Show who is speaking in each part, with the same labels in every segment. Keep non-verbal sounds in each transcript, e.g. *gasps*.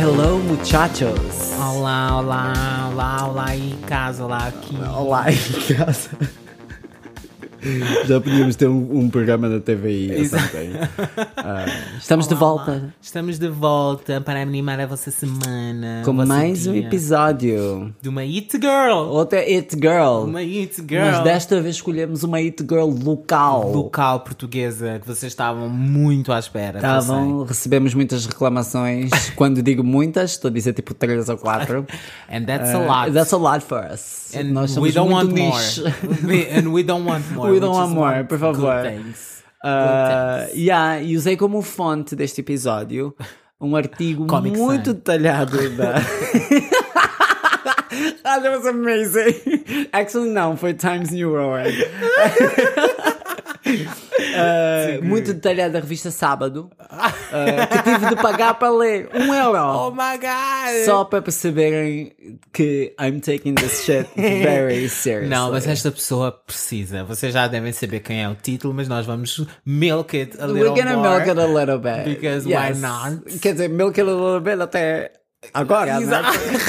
Speaker 1: Hello, muchachos.
Speaker 2: Olá, olá, olá, olá aí em casa, olá aqui.
Speaker 1: Olá em casa. Já podíamos ter um, um programa da TVI ou something. Ah, estamos de
Speaker 2: Olá,
Speaker 1: volta
Speaker 2: olá. Estamos de volta para animar a vossa semana.
Speaker 1: com
Speaker 2: o vosso
Speaker 1: mais um
Speaker 2: dia.
Speaker 1: episódio.
Speaker 2: De uma It Girl.
Speaker 1: Outra It Girl.
Speaker 2: Uma It Girl.
Speaker 1: Mas desta vez escolhemos uma It Girl local.
Speaker 2: Local portuguesa que vocês estavam muito à espera. que eu
Speaker 1: Estavam, Tá recebemos muitas *laughs* reclamações. Quando digo muitas, estou a dizer tipo 3 ou 4.
Speaker 2: sei. And that's a lot.
Speaker 1: eh, That's a lot for us.
Speaker 2: And
Speaker 1: Nós somos
Speaker 2: we don't
Speaker 1: muito
Speaker 2: want
Speaker 1: niche.
Speaker 2: more. *laughs* We- and we don't want more.
Speaker 1: We don't
Speaker 2: which
Speaker 1: want
Speaker 2: is
Speaker 1: more,
Speaker 2: one
Speaker 1: por favor.
Speaker 2: Good things.
Speaker 1: Ah, yeah, e usei como fonte deste episódio um artigo
Speaker 2: *laughs* Comic
Speaker 1: muito
Speaker 2: Sans. *laughs*
Speaker 1: detalhado da. *laughs* Ah, that was amazing. Actually, não, foi Times New Roman. *laughs* Ah, muito detalhado da revista Sábado, ah, que tive de pagar para ler um
Speaker 2: Oh
Speaker 1: euro.
Speaker 2: my God.
Speaker 1: Só para perceberem que I'm taking this shit
Speaker 2: *laughs*
Speaker 1: very seriously.
Speaker 2: Não, mas esta pessoa precisa. Vocês já devem saber quem é o título, mas nós vamos milk it a little
Speaker 1: We're gonna
Speaker 2: more.
Speaker 1: milk it a little bit.
Speaker 2: Because why not?
Speaker 1: Quer dizer, milk it a little bit até agora, né?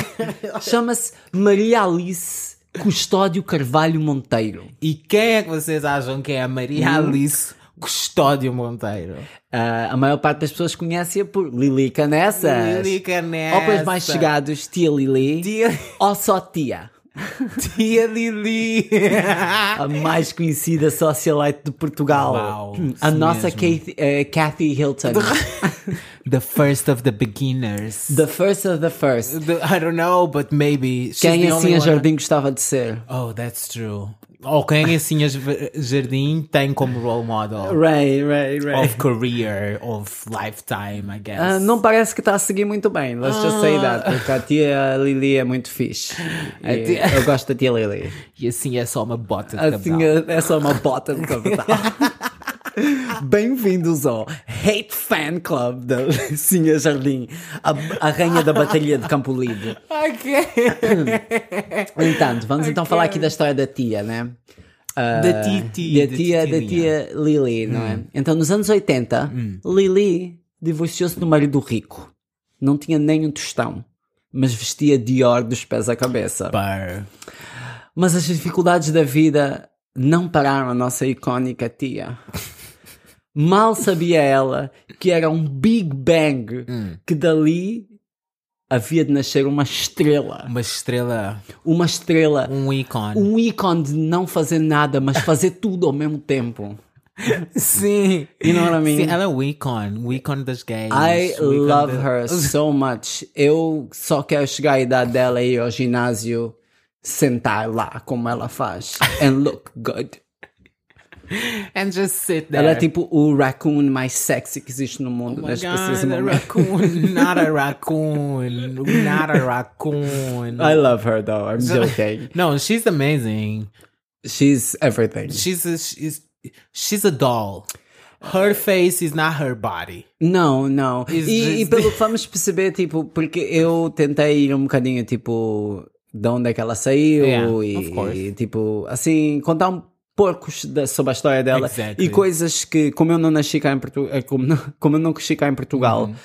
Speaker 2: *laughs*
Speaker 1: Chama-se Maria Alice Custódio Carvalho Monteiro.
Speaker 2: E quem é que vocês acham que é a
Speaker 1: Hum.
Speaker 2: Maria Alice Custódio Monteiro?
Speaker 1: Ah, a maior parte das pessoas conhece-a por Lili Canessas.
Speaker 2: Lili Canessa.
Speaker 1: Ou para os mais chegados, tia Lili.
Speaker 2: Tia,
Speaker 1: Ou só tia. *laughs*
Speaker 2: tia Lili.
Speaker 1: A mais conhecida socialite de Portugal. Hum,
Speaker 2: Uau,
Speaker 1: a
Speaker 2: isso
Speaker 1: nossa
Speaker 2: mesmo.
Speaker 1: Kathy, eh, Kathy
Speaker 2: *laughs*
Speaker 1: Hilton.
Speaker 2: the first of the beginners.
Speaker 1: the first of the first.
Speaker 2: The- I don't know, but maybe. She's
Speaker 1: Quem
Speaker 2: the
Speaker 1: assim
Speaker 2: only
Speaker 1: a
Speaker 2: one.
Speaker 1: Jardim gostava de ser?
Speaker 2: Oh, that's true. Ou quem assim a J- Jardim tem como role model.
Speaker 1: Right, right, right.
Speaker 2: Of career, of lifetime, I guess.
Speaker 1: Ah, não parece que está a seguir muito bem, let's just say that, porque a tia Lili é muito fixe. E
Speaker 2: tia-
Speaker 1: Eu gosto da tia Lili.
Speaker 2: E assim é só uma bota de
Speaker 1: Assim,
Speaker 2: cabral.
Speaker 1: é é só uma bota de capital. *laughs* Bem-vindos ao Hate Fan Club da Lucinha Jardim, a, a rainha da Batalha de Campo Lido. *laughs* No entanto, vamos então falar aqui da história da tia, né? Ah,
Speaker 2: Da titi,
Speaker 1: da
Speaker 2: da
Speaker 1: tia, da
Speaker 2: titilinha.
Speaker 1: tia Lili, não é? Então, nos anos 80, Lili divorciou-se do marido rico. Não tinha nem um tostão, mas vestia Dior dos pés à cabeça.
Speaker 2: Bar.
Speaker 1: Mas as dificuldades da vida não pararam a nossa icónica tia. Mal sabia ela que era um Big Bang que dali havia de nascer uma estrela.
Speaker 2: Uma estrela,
Speaker 1: Uma estrela.
Speaker 2: um ícone.
Speaker 1: Um ícone de não fazer nada, mas fazer *laughs* tudo ao mesmo tempo.
Speaker 2: Sim.
Speaker 1: You know what I mean?
Speaker 2: Sim, ela é um ícone. Um ícone das gays.
Speaker 1: I
Speaker 2: um ícone
Speaker 1: love
Speaker 2: da-
Speaker 1: her so much. Eu só quero chegar à idade dela e ir ao ginásio sentar lá como ela faz. And look good.
Speaker 2: And just sit there.
Speaker 1: Ela é tipo o raccoon mais sexy que existe no mundo
Speaker 2: Oh my
Speaker 1: neste preciso
Speaker 2: God, a
Speaker 1: momento. *laughs*
Speaker 2: raccoon. Not a raccoon. Not a raccoon.
Speaker 1: I love her though, I'm joking.
Speaker 2: No, she's amazing.
Speaker 1: She's everything.
Speaker 2: She's a, she's, she's a doll. Her face is not her body.
Speaker 1: Não, não.
Speaker 2: Is
Speaker 1: E, e
Speaker 2: this-
Speaker 1: pelo que vamos perceber, tipo, porque eu tentei ir um bocadinho, tipo, de onde é que ela saiu
Speaker 2: Yeah, of
Speaker 1: e,
Speaker 2: course.
Speaker 1: e, tipo, assim, contar um porcos da- sobre a história dela
Speaker 2: Exactly.
Speaker 1: e coisas que, como eu não nasci cá em Portugal, como, não- *laughs* como eu não cresci cá em Portugal,
Speaker 2: Uhum.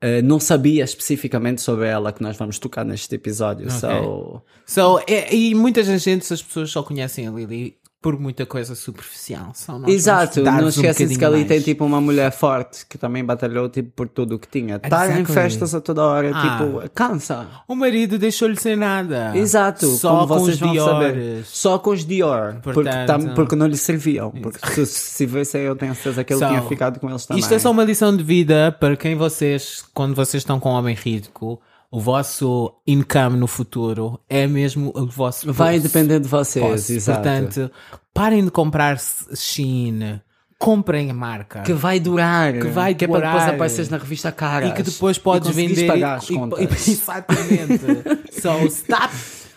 Speaker 1: eh, não sabia especificamente sobre ela que nós vamos tocar neste episódio. So,
Speaker 2: So, e, e muitas das vezes as pessoas só conhecem a Lily por muita coisa superficial. Só nós
Speaker 1: Exato,
Speaker 2: vamos
Speaker 1: não
Speaker 2: dar-vos um
Speaker 1: esquecem-se que ali
Speaker 2: bocadinho
Speaker 1: tem
Speaker 2: mais.
Speaker 1: tipo uma mulher forte que também batalhou tipo, por tudo o que tinha. Estar em
Speaker 2: Exactly.
Speaker 1: festas a toda hora,
Speaker 2: Ah.
Speaker 1: tipo, cansa.
Speaker 2: O marido deixou-lhe sem nada.
Speaker 1: Exato,
Speaker 2: Ah, Só
Speaker 1: como
Speaker 2: com
Speaker 1: vocês
Speaker 2: os
Speaker 1: vão
Speaker 2: Diores.
Speaker 1: saber. Só com os Dior, porque, tam-
Speaker 2: Portanto-
Speaker 1: porque não lhe serviam. Porque se, se vissem, eu tenho certeza que ele
Speaker 2: So,
Speaker 1: tinha ficado com eles também.
Speaker 2: Isto é só uma lição de vida para quem vocês, quando vocês estão com um homem rico, o vosso income no futuro é mesmo o vosso.
Speaker 1: Vai
Speaker 2: bolso.
Speaker 1: depender de vocês,
Speaker 2: Posse.
Speaker 1: exato.
Speaker 2: Portanto, parem de comprar Shein, comprem a marca.
Speaker 1: que vai durar, que
Speaker 2: vai
Speaker 1: que é para depois
Speaker 2: durar.
Speaker 1: apareceres na revista Caras
Speaker 2: e que depois podes
Speaker 1: conseguires
Speaker 2: vender
Speaker 1: pagar as
Speaker 2: e, *laughs* e,
Speaker 1: contas.
Speaker 2: exatamente so stop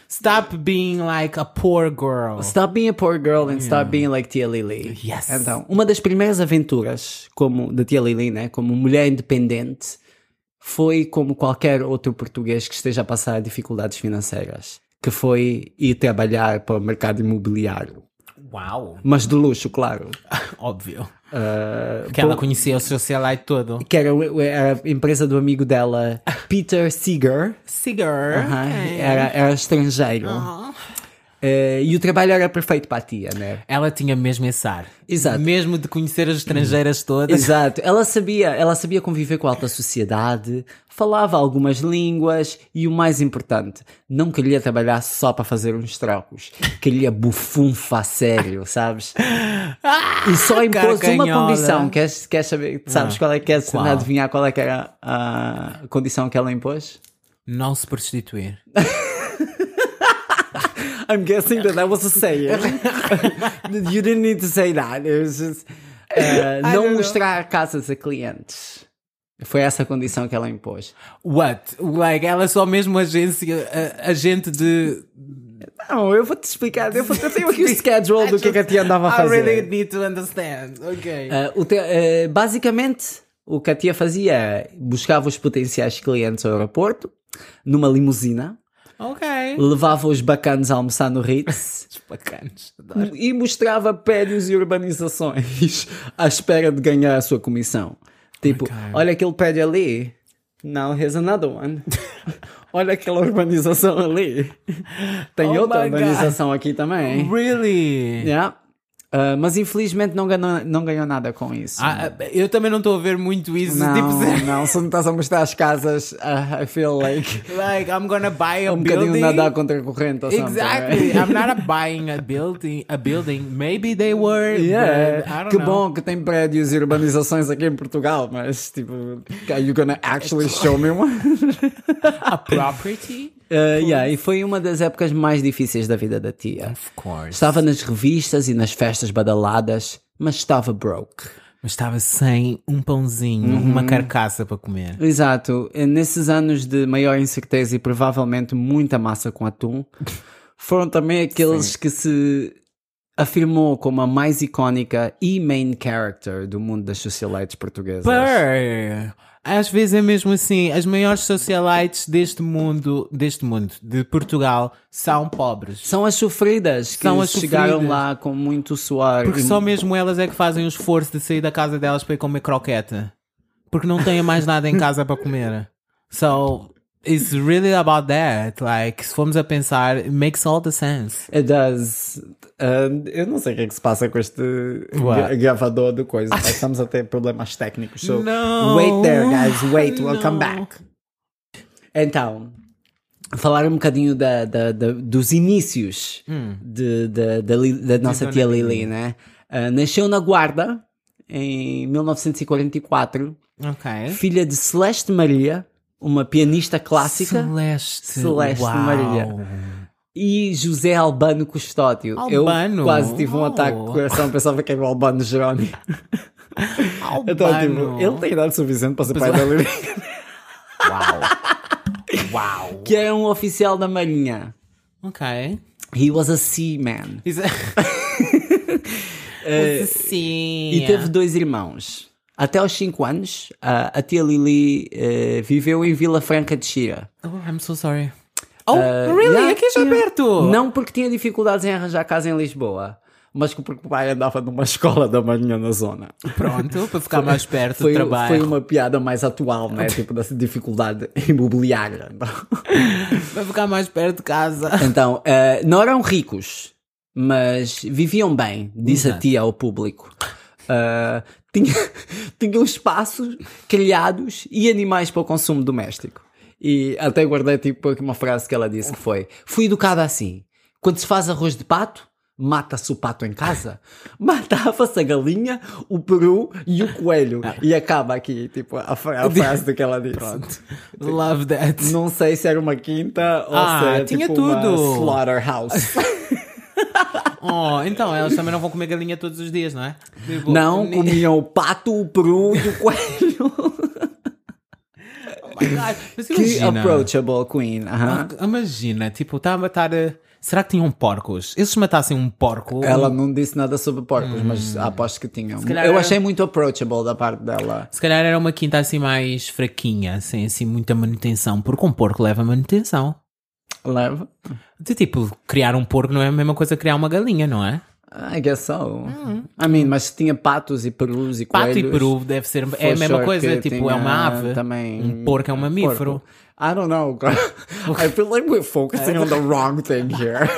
Speaker 2: stop being like a poor girl
Speaker 1: Stop being a poor girl and stop being like Tia Lily.
Speaker 2: Yes.
Speaker 1: Então, uma das primeiras aventuras como da Tia Lily, né, como mulher independente, foi como qualquer outro português que esteja a passar dificuldades financeiras, que foi ir trabalhar para o mercado imobiliário.
Speaker 2: Uau,
Speaker 1: mas de luxo, claro.
Speaker 2: óbvio.
Speaker 1: Ah,
Speaker 2: Porque ela conhecia o socialite todo.
Speaker 1: que era, o- era a empresa do amigo dela, Peter Seeger.
Speaker 2: Cigar.
Speaker 1: Aham,
Speaker 2: é-
Speaker 1: era, era estrangeiro. Eh, e o trabalho era perfeito para a tia, né?
Speaker 2: Ela tinha mesmo esse ar.
Speaker 1: Exato. Uhum.
Speaker 2: Mesmo de conhecer as estrangeiras
Speaker 1: *laughs*
Speaker 2: todas.
Speaker 1: Exato. Ela sabia, ela sabia conviver com a alta sociedade, falava algumas línguas e o mais importante, não queria trabalhar só para fazer uns trocos. Queria bufunfa a *laughs* sério, sabes? E só impôs uma
Speaker 2: Carcanhola.
Speaker 1: condição. Queres, queres saber, sabes qual é que é?
Speaker 2: Qual?
Speaker 1: Adivinhar qual é que era a condição que ela impôs?
Speaker 2: Não se prostituir.
Speaker 1: I'm guessing that I was a *laughs* sayer. you didn't need to say that. It was just, *laughs* uh, não mostrar casas a clientes. Foi essa a condição que ela impôs.
Speaker 2: What? Like, ela é só mesmo agência, a- agente de.
Speaker 1: Não, eu vou-te explicar. Eu, vou, *laughs* eu tenho aqui o schedule do que é que a tia andava a
Speaker 2: I really
Speaker 1: fazer.
Speaker 2: need to understand. Ok.
Speaker 1: Uh, o te- uh, basicamente, o que a tia fazia era buscava os potenciais clientes ao aeroporto, numa limusina,
Speaker 2: ok.
Speaker 1: levava os bacanos a almoçar no Ritz.
Speaker 2: Os bacanas.
Speaker 1: e mostrava prédios e urbanizações à espera de ganhar a sua comissão. Tipo, olha aquele prédio ali. Now here's another one. *laughs* olha aquela urbanização ali. Tem
Speaker 2: Oh
Speaker 1: outra
Speaker 2: my God.
Speaker 1: urbanização aqui também.
Speaker 2: Really?
Speaker 1: Yeah. Ah, mas infelizmente não ganhou, não ganhou nada com isso.
Speaker 2: Ah, ah, eu também não estou a ver muito isso.
Speaker 1: não,
Speaker 2: Tipo, *laughs*
Speaker 1: não, se não estás a mostrar as casas, ah, I feel like
Speaker 2: like, I'm gonna buy a
Speaker 1: um
Speaker 2: building.
Speaker 1: bocadinho nada à contracorrente ou something,
Speaker 2: Exactly.
Speaker 1: right?
Speaker 2: *laughs* I'm not buying a building. A building. Maybe they were.
Speaker 1: Yeah,
Speaker 2: but I don't
Speaker 1: que
Speaker 2: know.
Speaker 1: bom que tem prédios e urbanizações aqui em Portugal, mas tipo, are you gonna actually show me
Speaker 2: *laughs*
Speaker 1: one?
Speaker 2: A property?
Speaker 1: Uh, yeah, e foi uma das épocas mais difíceis da vida da tia.
Speaker 2: Of course.
Speaker 1: Estava nas revistas e nas festas badaladas, mas estava broke.
Speaker 2: Mas estava sem um pãozinho, uma carcaça para comer.
Speaker 1: Exato, e nesses anos de maior incerteza e provavelmente muita massa com *laughs* atum, foram também aqueles que se afirmou como a mais icónica e main character do mundo das socialites portuguesas.
Speaker 2: Purr! Às vezes é mesmo assim. As maiores socialites deste mundo, deste mundo, de Portugal, são pobres.
Speaker 1: São as sofridas que
Speaker 2: São as
Speaker 1: chegaram
Speaker 2: sofridas.
Speaker 1: lá com muito suor.
Speaker 2: Porque
Speaker 1: e-
Speaker 2: só mesmo elas é que fazem o esforço de sair da casa delas para ir comer croqueta. Porque não têm mais nada em casa para comer. So, it's really about that. Like, se formos a pensar, it makes all the sense.
Speaker 1: It does. And eu não sei o que é que se passa com este gra- gravador do *laughs* coisa. Nós Estamos a ter problemas técnicos. So
Speaker 2: Não.
Speaker 1: Wait there, guys. Wait, we'll come
Speaker 2: Não.
Speaker 1: back. Então, falar um bocadinho da, da- da- dos inícios
Speaker 2: Hum.
Speaker 1: de- da- da Li- da nossa tia Lili, né? Ah, nasceu na Guarda em 1944,
Speaker 2: Ok.
Speaker 1: filha de Celeste Maria, uma pianista clássica.
Speaker 2: Celeste.
Speaker 1: Celeste
Speaker 2: Uau.
Speaker 1: Maria. e José Albano Custódio.
Speaker 2: Albano?
Speaker 1: Eu quase tive um
Speaker 2: Oh.
Speaker 1: ataque de coração, pensava que era o Albano
Speaker 2: *laughs*
Speaker 1: Jerónimo. Eu tava tipo,
Speaker 2: Albano. é.
Speaker 1: ele tem idade suficiente para ser pai da Lili. *laughs*
Speaker 2: Uau. Uau.
Speaker 1: que era um oficial da Marinha.
Speaker 2: Ok.
Speaker 1: He was a seaman.
Speaker 2: *laughs* Isso Sim.
Speaker 1: É, E teve dois irmãos. Até aos 5 anos, a, a tia Lili eh, viveu em Vila Franca de Xira.
Speaker 2: Oh, I'm so sorry. Oh, really?
Speaker 1: yeah,
Speaker 2: Aqui já
Speaker 1: yeah.
Speaker 2: perto?
Speaker 1: Não porque tinha dificuldades em arranjar casa em Lisboa, mas que porque o pai andava numa *laughs* escola da Marinha na zona.
Speaker 2: Pronto, para ficar mais perto
Speaker 1: Foi,
Speaker 2: do É trabalho. É.
Speaker 1: foi uma piada mais atual, né? tipo dessa dificuldade imobiliária.
Speaker 2: Para ficar mais perto de casa.
Speaker 1: *laughs*
Speaker 2: *laughs*
Speaker 1: Então, eh, não eram ricos, mas viviam bem, disse a tia ao público. Eh, tinha, *laughs* tinham espaços, criados e animais para o consumo doméstico. E até guardei tipo aqui uma frase que ela disse que foi: Fui educada assim. Quando se faz arroz de pato, mata-se o pato em casa, *laughs* matava-se a galinha, o peru e o coelho. E acaba aqui, tipo, a, fra- a frase do que ela disse.
Speaker 2: Love that.
Speaker 1: Não sei se era uma quinta ou
Speaker 2: Ah,
Speaker 1: se era
Speaker 2: tinha
Speaker 1: tipo
Speaker 2: tudo. Tipo,
Speaker 1: uma slaughterhouse.
Speaker 2: Oh, então elas também não vão comer galinha todos os dias, não é? Tipo,
Speaker 1: Não,
Speaker 2: ni-
Speaker 1: comiam o pato, o peru e o coelho.
Speaker 2: Oh my God. Mas
Speaker 1: que é?
Speaker 2: imagina. Ah,
Speaker 1: approachable queen. aham.
Speaker 2: Imagina, tipo, está a matar. eh, Será que tinham porcos? Eles se matassem um porco.
Speaker 1: Ela não disse nada sobre porcos, mas aposto que tinham.
Speaker 2: Hum. calhar
Speaker 1: Eu
Speaker 2: era-
Speaker 1: achei muito approachable da parte dela.
Speaker 2: Se calhar era uma quinta assim mais fraquinha, sem assim muita manutenção, porque um porco leva manutenção.
Speaker 1: Leva?
Speaker 2: De tipo, criar um porco não é a mesma coisa que criar uma galinha, não é?
Speaker 1: I guess so. I mean, mas tinha patos e perus e
Speaker 2: Ah. Pato
Speaker 1: coelhos.
Speaker 2: e peru deve ser. É a
Speaker 1: For
Speaker 2: mesma
Speaker 1: sure
Speaker 2: coisa,
Speaker 1: que
Speaker 2: tipo, é uma
Speaker 1: tinha
Speaker 2: ave.
Speaker 1: Também
Speaker 2: Um porco é um
Speaker 1: porco.
Speaker 2: mamífero.
Speaker 1: I don't know. *laughs* girl. I feel like we're focusing on the wrong thing
Speaker 2: *laughs*
Speaker 1: here.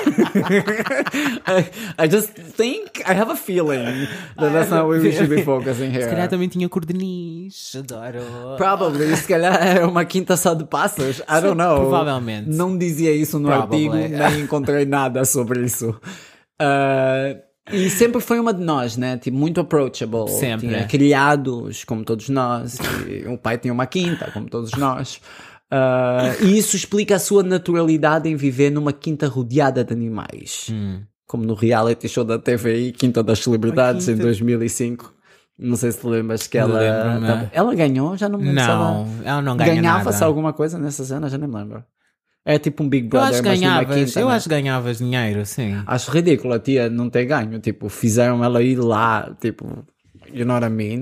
Speaker 1: I, I just think I have a feeling that that's not what we should be focusing
Speaker 2: Se calhar
Speaker 1: here.
Speaker 2: também tinha cor de niche. Adoro.
Speaker 1: Probably, se calhar era uma quinta só de passos. I don't know.
Speaker 2: Provavelmente.
Speaker 1: Não dizia isso no
Speaker 2: Probably.
Speaker 1: artigo, nem encontrei nada sobre isso. Ah, e sempre foi uma de nós, né? Tipo, muito approachable.
Speaker 2: Sempre.
Speaker 1: Tinha criados, como todos nós. E o pai tinha uma quinta, como todos nós. Ah, e isso explica a sua naturalidade em viver numa quinta rodeada de animais. Como no reality show da TVI, Quinta das Celebridades, em 2005. Não sei se te lembras que ela.
Speaker 2: lembro-me.
Speaker 1: tava- Ela ganhou? Já não me lembro se ela-
Speaker 2: Não, ela não ganha nada.
Speaker 1: Ganhava-se alguma coisa nessa cena? Já nem me lembro. É tipo um Big
Speaker 2: Eu
Speaker 1: Brother,
Speaker 2: acho que
Speaker 1: mas numa
Speaker 2: ganhavas,
Speaker 1: quinta.
Speaker 2: eu
Speaker 1: né?
Speaker 2: acho que ganhavas dinheiro, sim.
Speaker 1: Acho ridículo a tia não ter ganho. Tipo, fizeram ela ir lá, tipo, you know what I mean?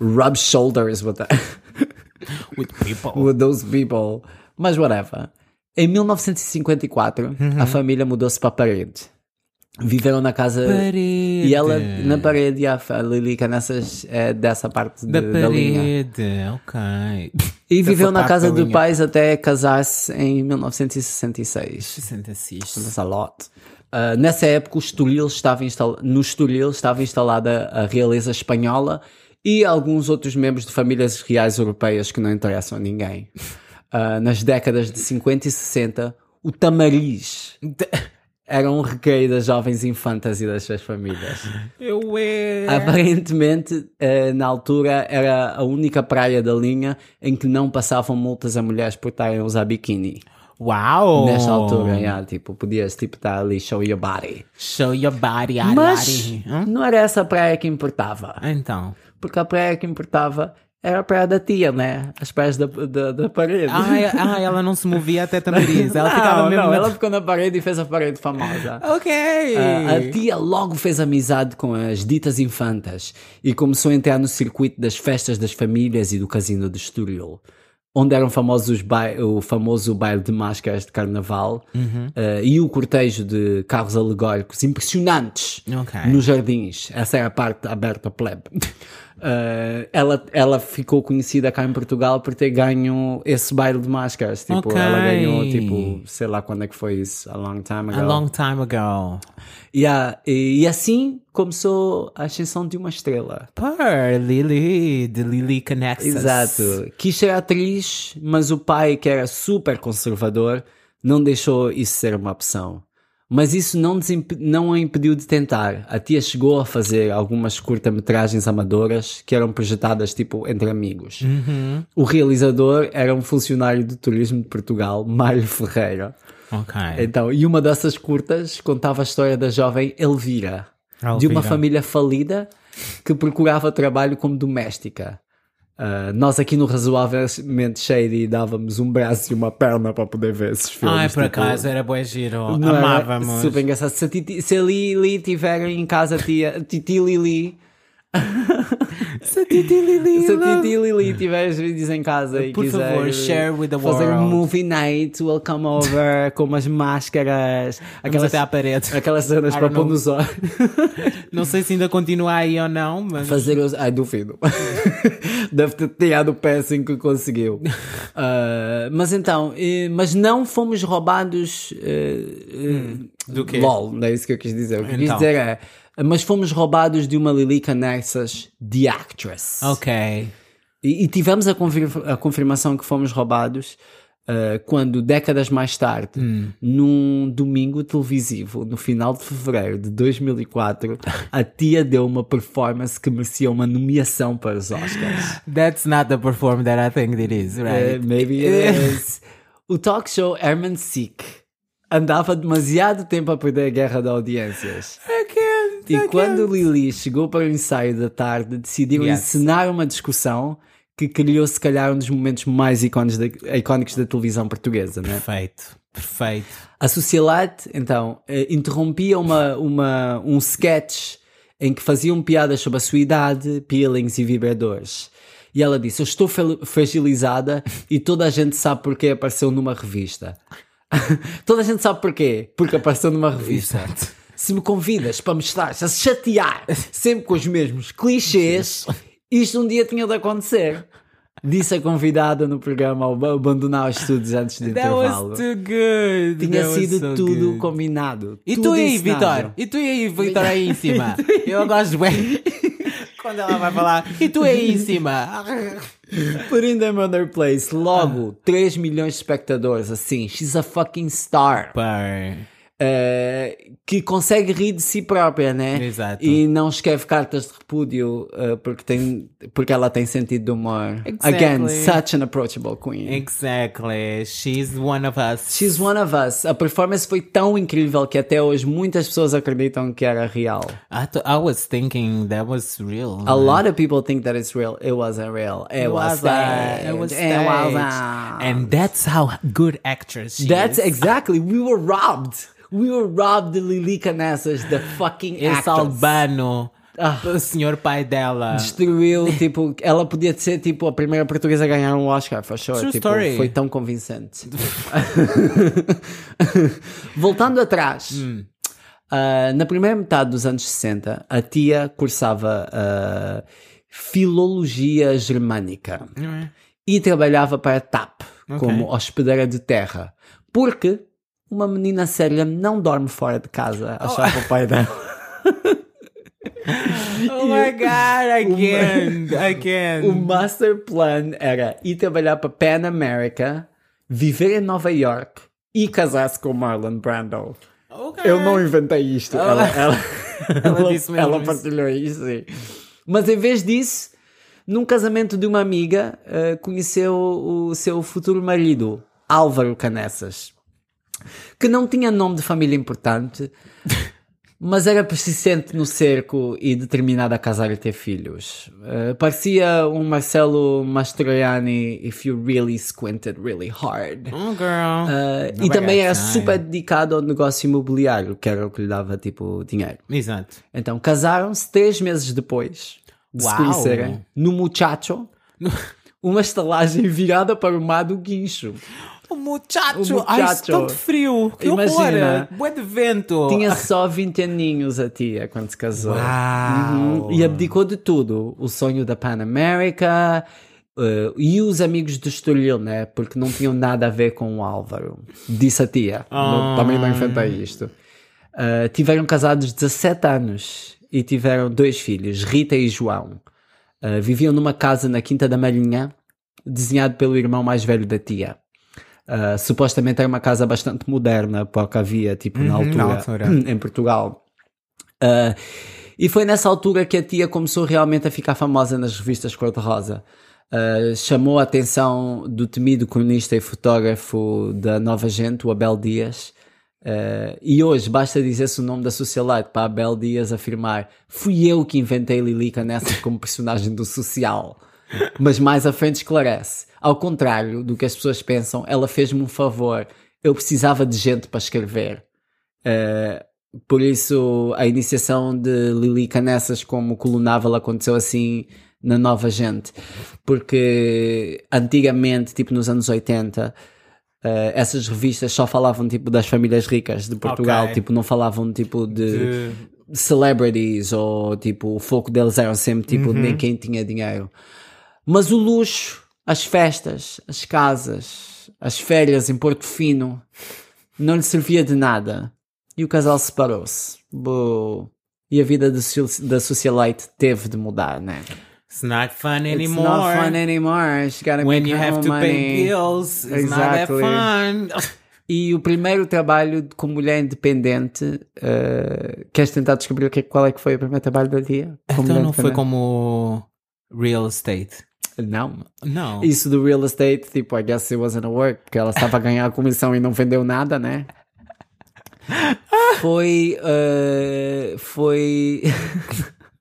Speaker 1: Rub shoulders with, that,
Speaker 2: With people.
Speaker 1: *laughs* with those people. Mas whatever. Em 1954,
Speaker 2: Uhum.
Speaker 1: a família mudou-se para a parede. Viveram na casa.
Speaker 2: Parede.
Speaker 1: E ela na parede e a fa- Lilica nessas, eh, dessa parte de-
Speaker 2: Da
Speaker 1: da linha.
Speaker 2: parede, ok.
Speaker 1: E viveu
Speaker 2: Essa
Speaker 1: na
Speaker 2: parte
Speaker 1: casa
Speaker 2: da
Speaker 1: de
Speaker 2: linha.
Speaker 1: pais até casar-se em 1966.
Speaker 2: Senta-se isto.
Speaker 1: That's a lot. Uh, nessa época, o Estoril estava instal- no Estoril estava instalada a realeza espanhola e alguns outros membros de famílias reais europeias que não interessam a ninguém. Uh, nas décadas de 50 e 60, o tamariz era um recreio das jovens infantas e das suas famílias.
Speaker 2: Eu é.
Speaker 1: Aparentemente, eh, na altura, era a única praia da linha em que não passavam multas a mulheres por estarem a usar biquíni.
Speaker 2: Uau!
Speaker 1: Nesta altura, já, tipo, podias tipo, estar ali, show your body.
Speaker 2: Show your body, Ari.
Speaker 1: Mas
Speaker 2: Tá, Hã?
Speaker 1: não era essa a praia que importava.
Speaker 2: Então. *laughs*
Speaker 1: Porque a praia que importava era a praia da tia, né? As praias da, da, da parede.
Speaker 2: Ah, e- ah, ela não se movia até Tamariz.
Speaker 1: *laughs*
Speaker 2: Ela
Speaker 1: não,
Speaker 2: ficava mesmo.
Speaker 1: não,
Speaker 2: na-
Speaker 1: ela ficou na parede e fez a parede famosa.
Speaker 2: Ok!
Speaker 1: Ah, A- A tia logo fez amizade com as ditas infantas e começou a entrar no circuito das festas das famílias e do casino de Estoril, onde eram famosos os bai- o famoso baile de máscaras de carnaval
Speaker 2: Uhum.
Speaker 1: eh, e o cortejo de carros alegóricos impressionantes
Speaker 2: Ok.
Speaker 1: nos jardins. Essa era a parte aberta ao plebe. Eh, ela, ela ficou conhecida cá em Portugal por ter ganho esse baile de máscaras. Tipo,
Speaker 2: Ok.
Speaker 1: ela ganhou, tipo, sei lá quando é que foi isso, a long time ago.
Speaker 2: A long time ago.
Speaker 1: Yeah, e, e assim começou a ascensão de uma estrela.
Speaker 2: Per Lily, de Lily Connects.
Speaker 1: Exato. Quis ser atriz, mas o pai, que era super conservador, não deixou isso ser uma opção. Mas isso não, desimp- não a impediu de tentar. A tia chegou a fazer algumas curta-metragens amadoras que eram projetadas tipo entre amigos. O realizador era um funcionário do turismo de Portugal, Mário Ferreira.
Speaker 2: Ok.
Speaker 1: Então, e uma dessas curtas contava a história da jovem Elvira,
Speaker 2: Elvira.
Speaker 1: de uma família falida que procurava trabalho como doméstica. Ah, nós aqui no Razoavelmente Shady dávamos um braço e uma perna para poder ver esses filmes.
Speaker 2: Ai, por
Speaker 1: tipo,
Speaker 2: acaso, era bué giro.
Speaker 1: não era?
Speaker 2: Amávamos.
Speaker 1: Super engraçado. Se a, titi, se a Lili tiver em casa, a tia, Titi
Speaker 2: *laughs*
Speaker 1: Lili,
Speaker 2: Satiti Lily.
Speaker 1: se a Titi Lili tiver os vídeos em casa e
Speaker 2: Por
Speaker 1: quiser
Speaker 2: favor, share with the
Speaker 1: fazer um
Speaker 2: world.
Speaker 1: movie night, welcome
Speaker 2: *laughs*
Speaker 1: over, com umas máscaras,
Speaker 2: Vamos
Speaker 1: aquelas,
Speaker 2: até
Speaker 1: *laughs*
Speaker 2: à parede.
Speaker 1: aquelas cenas para pôr
Speaker 2: Arnold.
Speaker 1: nos
Speaker 2: *laughs*
Speaker 1: olhos.
Speaker 2: Não sei se ainda continua aí ou não, mas.
Speaker 1: Fazer os. Ai,
Speaker 2: *laughs*
Speaker 1: duvido. Deve ter tirado o péssimo que
Speaker 2: *laughs*
Speaker 1: conseguiu. Ah, mas então, eh, mas não fomos roubados. eh, eh,
Speaker 2: do quê?
Speaker 1: LOL, não é isso que eu quis dizer. O que eu quis
Speaker 2: Então.
Speaker 1: dizer é. Mas fomos roubados de uma Lilica Nexus, The Actress.
Speaker 2: Ok.
Speaker 1: E, e tivemos a, confir- a confirmação que fomos roubados ah, quando, décadas mais tarde,
Speaker 2: Hum.
Speaker 1: num domingo televisivo, no final de fevereiro de 2004, a tia deu uma performance que merecia uma nomeação para os Oscars.
Speaker 2: That's not the perform that I think it is,
Speaker 1: Eh,
Speaker 2: *gasps* right?
Speaker 1: maybe
Speaker 2: *laughs*
Speaker 1: it is. O talk show Herman Sick andava demasiado tempo a perder a guerra de audiências.
Speaker 2: I can't.
Speaker 1: E
Speaker 2: I
Speaker 1: quando
Speaker 2: can't.
Speaker 1: Lili chegou para o ensaio da tarde, decidiram
Speaker 2: Yes.
Speaker 1: encenar uma discussão que criou, se calhar, um dos momentos mais icónicos da, icónicos da televisão portuguesa. Né?
Speaker 2: Perfeito. Perfeito.
Speaker 1: A socialite, então, eh, interrompia uma, uma, um sketch em que faziam piadas sobre a sua idade, peelings e vibradores. E ela disse: Eu estou fel- fragilizada e toda a gente sabe porque *laughs* apareceu numa revista. toda a gente sabe porquê, porque apareceu numa revista.
Speaker 2: Exato.
Speaker 1: se me convidas para me estar a chatear sempre com os mesmos clichês, isto um dia tinha de acontecer. Disse a convidada no programa ao abandonar os estudos antes do
Speaker 2: That
Speaker 1: intervalo.
Speaker 2: was too good.
Speaker 1: Tinha
Speaker 2: That was
Speaker 1: sido
Speaker 2: so
Speaker 1: tudo
Speaker 2: good.
Speaker 1: combinado.
Speaker 2: E
Speaker 1: tudo
Speaker 2: tu aí,
Speaker 1: ensinado. *laughs*
Speaker 2: Vitor? E tu aí, Vitor, aí em cima? Eu gosto bem. Quando ela vai falar, e tu aí
Speaker 1: *laughs*
Speaker 2: em cima?
Speaker 1: Por in the Mother Place, logo
Speaker 2: Ah.
Speaker 1: 3 milhões de espectadores, assim, she's a fucking star.
Speaker 2: Pai.
Speaker 1: Eh, que consegue rir de si própria, né?
Speaker 2: Exato.
Speaker 1: E não escreve cartas de repúdio eh, porque, tem, porque ela tem sentido de humor.
Speaker 2: Exactly.
Speaker 1: Again, such an approachable queen.
Speaker 2: Exactly. She's one of us.
Speaker 1: She's one of us. A performance foi tão incrível que até hoje muitas pessoas acreditam que era real.
Speaker 2: I, th- I was thinking that was real.
Speaker 1: A lot of people think that it's real. It wasn't real. Oh, It, was staged.
Speaker 2: It was
Speaker 1: It was
Speaker 2: staged. And that's how good actress she
Speaker 1: That's
Speaker 2: is.
Speaker 1: exactly. We were robbed. We were robbed the Lilica Nessas, the fucking actress.
Speaker 2: Esse albano, o senhor
Speaker 1: *laughs*
Speaker 2: pai dela.
Speaker 1: Destruiu,
Speaker 2: *laughs*
Speaker 1: tipo, ela podia ser tipo a primeira portuguesa a ganhar um Oscar, for sure.
Speaker 2: True
Speaker 1: tipo,
Speaker 2: story.
Speaker 1: Foi tão
Speaker 2: *laughs*
Speaker 1: convincente. Voltando atrás,
Speaker 2: Hum.
Speaker 1: ah, na primeira metade dos anos 60, a tia cursava ah, filologia germânica
Speaker 2: é?
Speaker 1: e trabalhava para a TAP como hospedeira de terra, porque uma menina séria não dorme fora de casa, achava o pai dela.
Speaker 2: Oh my god,
Speaker 1: *laughs*
Speaker 2: again, again.
Speaker 1: O master plan era ir trabalhar para Pan America, viver em Nova York e casar-se com Marlon Brando.
Speaker 2: Okay.
Speaker 1: Eu não inventei isto. Ela, ela,
Speaker 2: Ah. Ela
Speaker 1: ela-
Speaker 2: disse mesmo
Speaker 1: ela
Speaker 2: isso.
Speaker 1: partilhou isso. sim. Mas em vez disso, num casamento de uma amiga, eh, conheceu o seu futuro marido, Álvaro Canessas, que não tinha nome de família
Speaker 2: *laughs*
Speaker 1: importante, mas era persistente no cerco e determinado a casar e ter filhos. Eh, parecia um Marcelo Mastroianni if you really squinted really hard.
Speaker 2: Oh,
Speaker 1: Uh,
Speaker 2: girl. Não é
Speaker 1: e
Speaker 2: vai
Speaker 1: também era
Speaker 2: gastar.
Speaker 1: super dedicado ao negócio imobiliário, que era o que lhe dava tipo dinheiro.
Speaker 2: Exato.
Speaker 1: Então casaram-se três meses depois de se
Speaker 2: Uau.
Speaker 1: conhecerem no Muchacho, *laughs* uma estalagem virada para o mar do Guincho.
Speaker 2: O muchacho,
Speaker 1: O
Speaker 2: ai, isso
Speaker 1: muchacho.
Speaker 2: tanto frio. Que
Speaker 1: Imagina.
Speaker 2: horror. Bué de vento.
Speaker 1: Tinha só 20 aninhos a tia quando se casou.
Speaker 2: Oh. Uau.
Speaker 1: Uhum. E abdicou de tudo. O sonho da Pan America uh, e os amigos de Estoril, né? Porque não tinham nada a ver com o Álvaro. Disse a tia. Não- também não enfrentei isto. Uh, tiveram casados 17 anos e tiveram dois filhos, Rita e João. Uh, viviam numa casa na Quinta da Marinha, desenhado pelo irmão mais velho da tia. Uh, supostamente era uma casa bastante moderna, pouca havia, tipo, na altura,
Speaker 2: Uhum, na altura.
Speaker 1: *clears throat* em Portugal. Uh, e foi nessa altura que a tia começou realmente a ficar famosa nas revistas cor-de-rosa. Uh, chamou a atenção do temido cronista e fotógrafo da Nova Gente, o Abel Dias. Uh, e hoje basta dizer-se o nome da socialite para Abel Dias afirmar: fui eu que inventei Lilica nessa como personagem do social. Mas mais à frente esclarece: ao contrário do que as pessoas pensam, ela fez-me um favor. Eu precisava de gente para escrever. Por isso, a iniciação de Lili Canessas como colunável aconteceu assim na Nova Gente. Porque antigamente, tipo nos anos 80, eh, essas revistas só falavam tipo das famílias ricas de Portugal,
Speaker 2: Ok.
Speaker 1: tipo não falavam tipo de
Speaker 2: De-
Speaker 1: celebrities ou tipo o foco deles eram sempre tipo
Speaker 2: Uhum.
Speaker 1: nem quem tinha dinheiro. Mas o luxo, as festas, as casas, as férias em Porto Fino não lhe servia de nada. E o casal separou-se. Bo. E a vida do soci- da socialite teve de mudar, né?
Speaker 2: It's not fun
Speaker 1: It's
Speaker 2: anymore.
Speaker 1: not fun anymore. It's gotta
Speaker 2: When
Speaker 1: make
Speaker 2: you
Speaker 1: your
Speaker 2: have
Speaker 1: own
Speaker 2: to pay
Speaker 1: Oh, money.
Speaker 2: bills, it's
Speaker 1: Exactly.
Speaker 2: not that fun.
Speaker 1: E o primeiro trabalho de- como mulher independente, eh, queres tentar descobrir o que, qual é que foi o primeiro trabalho da dia?
Speaker 2: *laughs* Então não
Speaker 1: né?
Speaker 2: foi como real estate.
Speaker 1: Não.
Speaker 2: Não.
Speaker 1: Isso do real estate, tipo, I guess it wasn't a work, porque ela estava a ganhar a comissão e não vendeu nada, né? Foi. eh, foi. *laughs*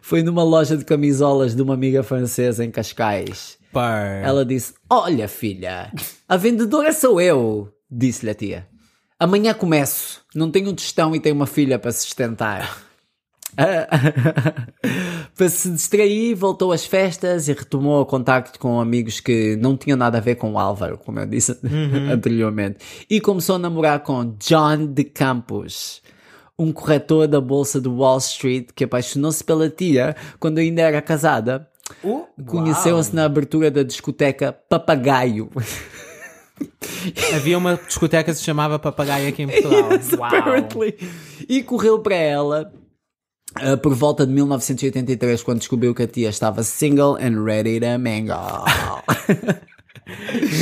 Speaker 1: foi numa loja de camisolas de uma amiga francesa em Cascais.
Speaker 2: Par.
Speaker 1: Ela disse: Olha, filha, a vendedora sou eu, disse-lhe a tia. Amanhã começo. Não tenho um tostão e tenho uma filha para sustentar. *laughs* Ah, para se distrair, voltou às festas e retomou o contacto com amigos que não tinham nada a ver com o Álvaro, como *laughs* eu disse anteriormente. E começou a namorar com John de Campos, um corretor da bolsa de Wall Street que apaixonou-se pela tia quando ainda era casada.
Speaker 2: Uh,
Speaker 1: Conheceram-se na abertura da discoteca Papagaio. *laughs*
Speaker 2: Havia uma discoteca que se chamava Papagaio aqui
Speaker 1: *laughs*
Speaker 2: em Portugal.
Speaker 1: é
Speaker 2: Uau.
Speaker 1: Apparently. E correu para ela ah, por volta de 1983, quando descobriu que a tia estava single and ready to
Speaker 2: *laughs*
Speaker 1: mingle.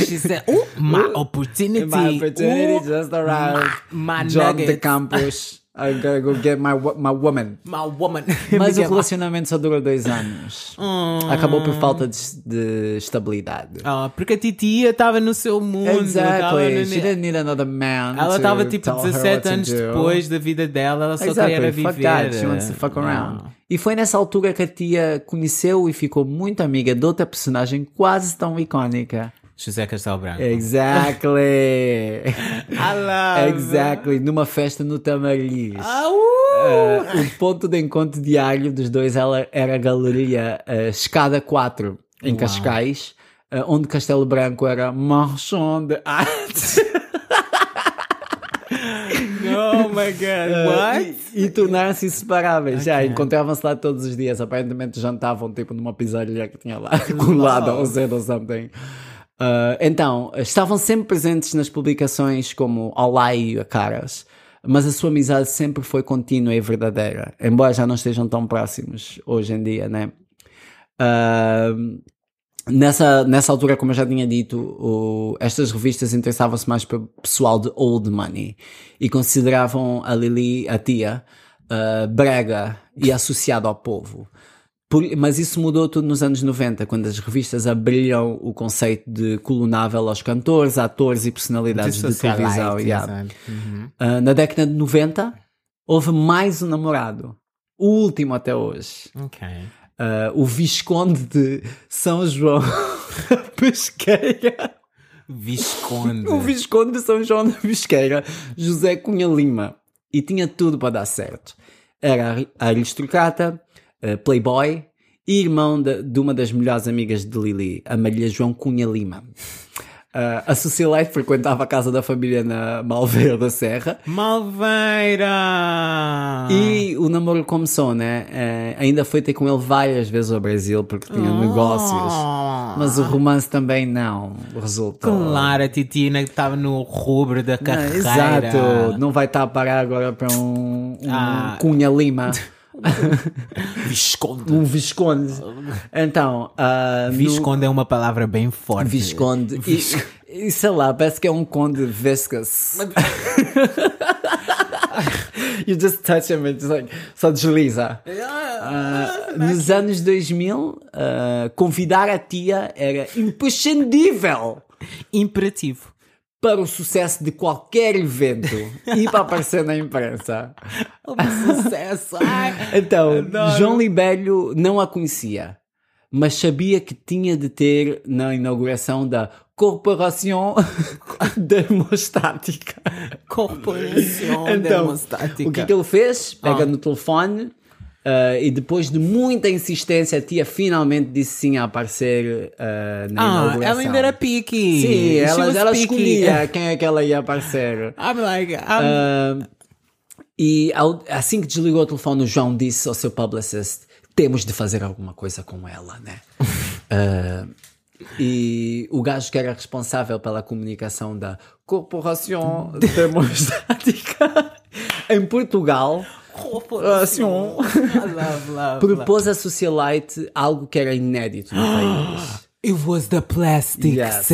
Speaker 2: She said, "Oh, my opportunity.
Speaker 1: Uh, my opportunity
Speaker 2: Oh,
Speaker 1: just arrived.
Speaker 2: my
Speaker 1: Job de
Speaker 2: nugget.
Speaker 1: campus. I gotta go get my, wo- my woman.
Speaker 2: My
Speaker 1: *laughs*
Speaker 2: woman. *laughs*
Speaker 1: Mas o
Speaker 2: Miguel-
Speaker 1: relacionamento só durou dois anos.
Speaker 2: Hum.
Speaker 1: Acabou por falta de, de estabilidade.
Speaker 2: Ah, porque a titia estava no seu mundo. tava
Speaker 1: exactly. She
Speaker 2: no-
Speaker 1: didn't need another man.
Speaker 2: é Ela
Speaker 1: to
Speaker 2: estava tipo
Speaker 1: tell her what
Speaker 2: 17
Speaker 1: to
Speaker 2: anos
Speaker 1: do.
Speaker 2: depois da vida dela, ela só queria
Speaker 1: Exactly.
Speaker 2: viver. eh,
Speaker 1: Fuck that. She wants to fuck around. E foi nessa altura que a tia conheceu e ficou muito amiga de outra personagem quase tão icónica.
Speaker 2: José Castelo Branco. *laughs*
Speaker 1: Exactly. *laughs*
Speaker 2: I love.
Speaker 1: exactly. Numa festa no Tamariz.
Speaker 2: Ah, uh!
Speaker 1: Ah, o ponto de encontro diário dos dois ela- era a galeria ah, Escada 4, em Cascais, ah, onde Castelo Branco era marchand de arte.
Speaker 2: Oh my
Speaker 1: *laughs* Uh,
Speaker 2: god. What?
Speaker 1: É, E, e tornaram-se inseparáveis. Já encontravam-se lá todos os dias. Aparentemente jantavam tipo numa pizzaria que tinha lá, colada ou cedo ou something. Ah, então, estavam sempre presentes nas publicações como Olá e a Caras, mas a sua amizade sempre foi contínua e verdadeira, embora já não estejam tão próximos hoje em dia, né? Ah, nessa, nessa altura, como eu já tinha dito, o- estas revistas interessavam-se mais para pessoal de old money e consideravam a Lili, a tia, ah, brega e associada ao povo. Por- mas isso mudou tudo nos anos 90, quando as revistas abriram o conceito de colunável aos cantores, atores e personalidades de televisão. yeah. Ah, na década de 90, houve mais um namorado, o último até hoje.
Speaker 2: Ok.
Speaker 1: Ah, o Visconde de São João *laughs* da Pesqueira.
Speaker 2: *laughs* Visconde.
Speaker 1: O Visconde de São João da Pesqueira, José Cunha Lima. E tinha tudo para dar certo. Era ari- aristocrata, ah, playboy e irmão da- de, uma das melhores amigas de Lili, a Maria João Cunha Lima. Ah, a socialite frequentava a casa da família na Malveira da Serra
Speaker 2: Malveira!
Speaker 1: E o namoro começou, né? Eh, ainda foi ter com ele várias vezes ao Brasil porque tinha
Speaker 2: Ah.
Speaker 1: negócios.
Speaker 2: Oh.
Speaker 1: Mas o romance também não resultou.
Speaker 2: Claro, a Titina que estava no rubro da
Speaker 1: Ah,
Speaker 2: carreira.
Speaker 1: exato. Não vai estar a parar agora para um, um
Speaker 2: Ah.
Speaker 1: Cunha
Speaker 2: *laughs*
Speaker 1: Lima,
Speaker 2: Visconde.
Speaker 1: um Visconde. Então, ah, no-
Speaker 2: Visconde é uma palavra bem forte.
Speaker 1: Visconde. E, e sei lá, parece que é um conde
Speaker 2: *laughs*
Speaker 1: viscous. you just touch him, it's like, só desliza. Ah, nos anos 2000, ah, convidar a tia era imprescindível *laughs*
Speaker 2: Imperativo.
Speaker 1: para o sucesso de qualquer evento e para aparecer na imprensa.
Speaker 2: Sucesso. Ai.
Speaker 1: Então,
Speaker 2: Adoro.
Speaker 1: João Libélio não a conhecia, mas sabia que tinha de ter na inauguração da Corporação *laughs* Dermostática.
Speaker 2: Corporação
Speaker 1: Então,
Speaker 2: Oh, demostática.
Speaker 1: o que, que ele fez? Pega no telefone ah, e depois de muita insistência, a tia finalmente disse sim a aparecer ah, na
Speaker 2: Ah,
Speaker 1: inauguração.
Speaker 2: ela ainda era picky.
Speaker 1: Sim,
Speaker 2: She
Speaker 1: ela,
Speaker 2: was
Speaker 1: ela
Speaker 2: picky.
Speaker 1: escolhia quem é que ela ia
Speaker 2: *laughs*
Speaker 1: aparecer.
Speaker 2: I'm like, I'm...
Speaker 1: E ao- assim que desligou o telefone, o João disse ao seu publicist: temos de fazer alguma coisa com ela,
Speaker 2: *laughs*
Speaker 1: né? Ah, e o gajo que era responsável pela comunicação da Corporação
Speaker 2: *laughs*
Speaker 1: Democrática em Portugal
Speaker 2: ah, *laughs* corporação. I love, love, love.
Speaker 1: propôs à socialite algo que era inédito no
Speaker 2: *gasps*
Speaker 1: país.
Speaker 2: It was the plastic
Speaker 1: Yes,